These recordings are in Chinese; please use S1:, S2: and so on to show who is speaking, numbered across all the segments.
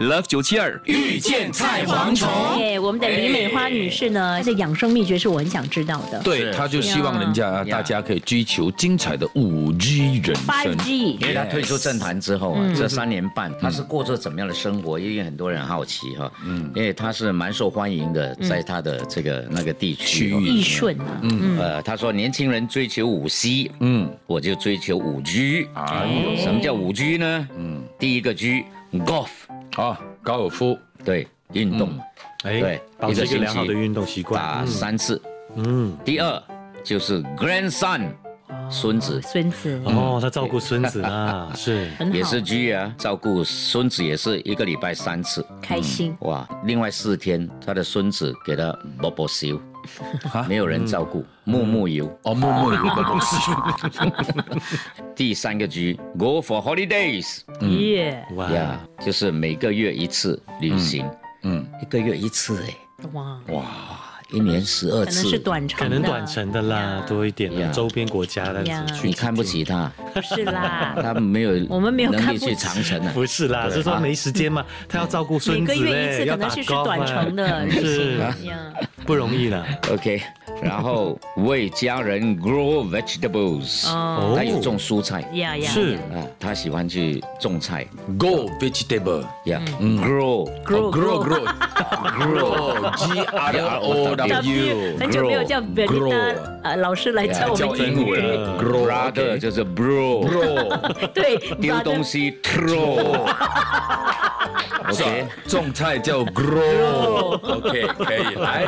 S1: Love 九七二
S2: 遇见菜蝗虫。
S3: 耶，哎我们的李美花女士呢，这养生秘诀是我很想知道的。
S1: 对，
S2: 是
S1: 他就希望人家啊
S2: 呀
S1: 大家可以追求精彩的五 G 人生
S3: 5G
S2: 因为他退出政坛之后啊，
S3: 嗯
S2: 这三年半他是过着怎么样的生活？因为很多人好奇哈，嗯，因为他是蛮受欢迎的，在他的这个那个地区哦
S1: 区域
S3: 易顺啊，嗯，
S2: 呃，他说年轻人追求五 C，
S1: 嗯
S2: 嗯，我就追求五 G。啊，什么叫五 G 呢？嗯，第一个 G，golf，
S1: 啊，高尔夫
S2: 对，运动，
S4: 哎
S2: 对，
S4: 保
S2: 一
S4: 持
S2: 个
S4: 一个
S2: 星
S4: 良好的
S2: 期
S4: 运动习惯
S2: 打。三次。
S4: 嗯，
S2: 第二就是 grandson，孙子。
S3: 孙子
S2: 嗯
S4: 哦，他照顾孙 子啊，是
S3: 啊很好，
S2: 也是 G 啊，照顾孙子也是一个礼拜三次，
S3: 开心。
S2: 哇！另外四天，他的孙子给他波波修
S1: 啊，
S2: 没有人照顾，木木游。
S1: 哦，默默有个东西，
S2: 第三个 G，Go for holidays，
S3: 耶，
S1: 哎
S4: 哇，
S2: 呀，就是每个月一次旅行，
S1: 嗯，
S2: 一个月一次哎，
S3: 哇，
S2: 一年十二
S3: 可能是
S2: 次。
S3: 短程，
S4: 可能短程的啦，多一点的
S2: Yeah
S4: 周边国家的
S3: Yeah
S4: 去。
S2: 你看不起他，
S3: 不是啦，
S2: 他没有
S3: 我们没有
S2: 能
S3: 看
S2: 力
S3: 不起
S2: 去长城啊。
S4: 不是啦，是说没时间嘛，他要照顾孙
S3: 每
S4: 子
S3: 个
S4: 嘞，
S3: 月一次，
S4: 要
S3: 可
S4: 打
S3: 能是是
S4: golf
S3: 短程的旅行
S4: 是
S3: 呀。
S4: 不容易啦。
S2: OK，然后为家人 grow vegetables，
S3: 哦
S2: 他有种蔬菜
S3: 呀呀，
S4: 是
S2: 啊，他喜欢去种菜
S1: Go vegetable 哦
S2: 呀，grow
S1: 嗯
S3: grow
S1: grow grow grow G R O W，
S3: 很久没有叫
S1: grow，
S3: Benita 呃老师来教我
S1: 教
S3: 们
S1: 英
S3: 英
S1: 文
S3: 语了，
S1: grow
S2: brother 就是 bro，
S1: grow
S3: 对，
S2: 丢东
S3: 西。
S2: 西 throw。OK，
S1: 种菜叫 grow，OK 可以来，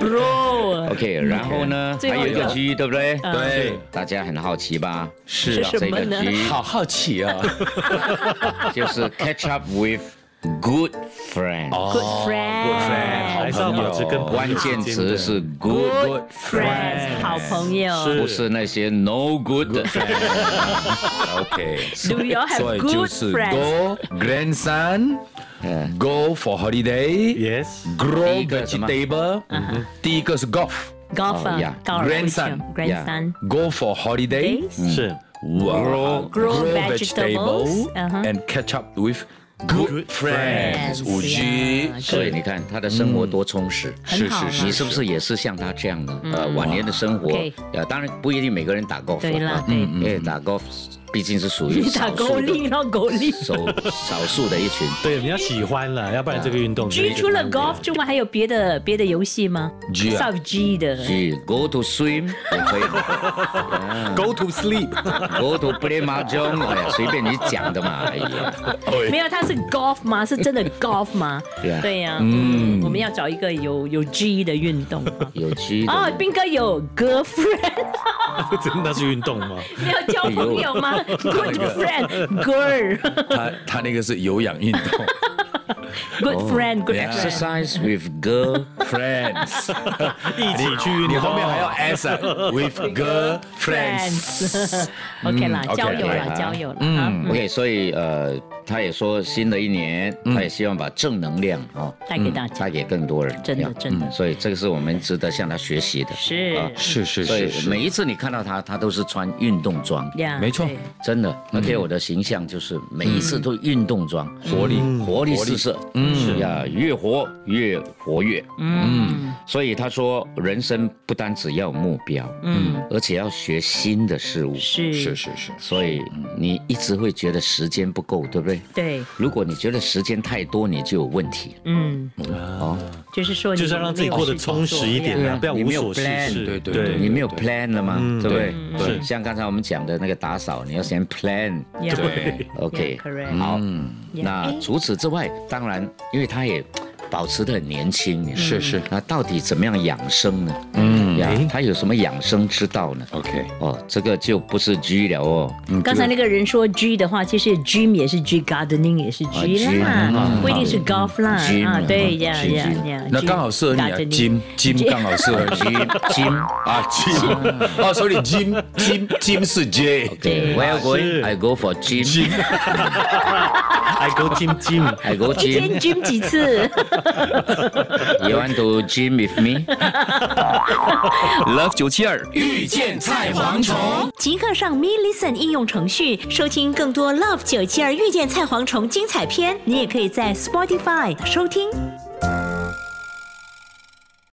S3: Bro，
S2: OK，然后呢，
S3: 嗯最
S2: 还
S3: 后
S2: 有一
S3: 一
S2: 个
S3: 个
S2: G，对不对？
S1: 对，
S2: 大家很好奇吧？
S1: 是啊
S3: 是什么呢
S2: 这个 G
S1: 好好奇啊，
S2: 就是 catch up with good friend。
S3: Good
S4: 还
S3: friend，
S4: 是要保持跟朋
S2: 关
S4: 友
S2: 键
S4: 之间的
S2: 词是 good，
S3: friends，好朋友。
S2: 不是那些 no good 的。
S1: OK，
S3: Do you all
S1: 所
S3: have
S1: 以就
S3: good
S1: 是
S3: friends？
S1: Go grandson。Go for holiday。
S4: Yes，
S2: 第
S1: Grow
S2: 一个什么
S1: vegetable。第一个是
S3: Uh-huh.
S1: golf。
S3: golf
S2: 哦呀
S3: 高尔夫球
S1: grandson，
S3: grandson
S1: Go for holiday。
S2: 嗯
S3: days
S4: 是
S1: Grow
S3: Grow
S1: vegetable
S3: vegetables，嗯 uh-huh. 哼
S1: and catch up with good friends。五哎 G
S3: yeah，
S2: 所以你看他的生活多充实。
S3: 啊很好啦啊
S2: 你是不是也是像他这样的？呃，晚年的生活
S3: 嗯 OK，
S2: 呃，当然不一定每个人打 golf，
S3: 对啦
S2: 啊
S3: 对
S2: 因为打 golf 毕竟是属于
S3: 你打
S2: 少
S3: 狗
S2: 数的
S3: 力，让狗力。
S2: 少少数的一群。
S4: 对，你要喜欢了，要不然这个运动就
S3: G 除了 golf 之外，还有别的别的游戏吗
S1: G 啊
S3: 少 G 的
S2: 去 go to swim 也可以
S1: Go to sleep。
S2: ，go to play mahjong，哎呀，随便你讲的嘛，哎呀，
S3: 没有，它是 golf 吗？是真的 golf 吗？
S2: 对啊
S3: 对呀，嗯，我们要找一个有有 G 的运动啊
S2: 有趣的。
S3: 哦，斌哥有 girlfriend，
S4: 真的是运动 吗？
S3: 你要交朋友吗 ？Good friend，girl，good
S1: 他他那个是有氧运动
S3: friend，good
S1: yeah
S3: friend。
S2: Exercise with girl，
S1: ，friends。
S4: 一起去运动，啊
S1: 你后面还要 s 啊 with girl friends。
S3: OK 啦，
S1: 嗯
S3: 交友
S1: OK，
S3: 啦，
S2: 好
S3: 交友啦。嗯，
S2: OK，所以呃，他也说新的一年，他也希望把正能量哦
S3: 带给大家
S2: 带，给更多人，
S3: 真
S2: 这
S3: 的
S2: 样
S3: 真的
S2: 嗯所以这个是我们值得向他学习的。
S3: 是
S1: 是是
S2: 所
S1: 是
S2: 以
S1: 是。
S2: 每一次你看到他，他都是穿运动装，
S3: 呀，
S1: 没错
S3: 对
S2: 真的。而且我的形象就是每一次都运动装，嗯活力活力四射，嗯呀，越活越活跃。
S3: 嗯，
S2: 所以他说，人生不单只要有目标，嗯，而且要学新的事物。
S3: 是
S1: 是，是是，
S2: 所以你一直会觉得时间不够，对不对？
S3: 对，
S2: 如果你觉得时间太多，你就有问题。
S3: 嗯，就是说你
S4: 就是要让自己过得充实一点
S2: 对
S4: 啊
S2: 啊，
S4: 不要无所事
S2: 你
S4: 事。
S1: 没有 plan，对对
S2: 你没有 plan 了嘛，对不对？
S3: 嗯
S4: 对
S2: 对，像刚才我们讲的那个打扫，你要先 plan。
S3: Yeah，
S1: 对
S2: OK，
S3: Yeah，correct
S2: 好。
S3: Yeah
S2: 那除此之外，当然，因为他也保持的很年轻，
S3: 嗯
S2: 是是。那到底怎么样养生呢？嗯，呀，他有什么养生之道呢
S1: OK，
S2: 哦，这个就不是 G 了哦。
S3: 嗯刚才那个人说 G 的话，其实 Gym 也是 G，Gardening 也是 G
S2: 啊，gym，
S3: 啦
S2: 嗯，
S3: 不一定是 Golf 啦
S2: gym，
S3: 啊，对
S2: 嗯
S3: 呀
S2: ，gym，
S3: 呀
S2: gym
S3: 呀，
S1: 那刚好适合你啊
S3: gardening
S1: ，Jim Jim 刚 好适合你
S2: G Jim
S1: 啊，Jim 哦，所以 Jim Jim Jim 是 J，
S3: 对
S2: Where you going?
S4: 是
S2: I go for gym.
S4: I go gym gym。
S2: I go
S3: 一天
S2: gym.
S3: gym 几次？
S2: You want to gym with me？
S5: Love 九七二
S1: 遇见菜蝗虫。
S3: 即刻上 Me Listen 应用程序收听更多 Love 九七二遇见菜蝗虫精彩片。你也可以在 Spotify 收听。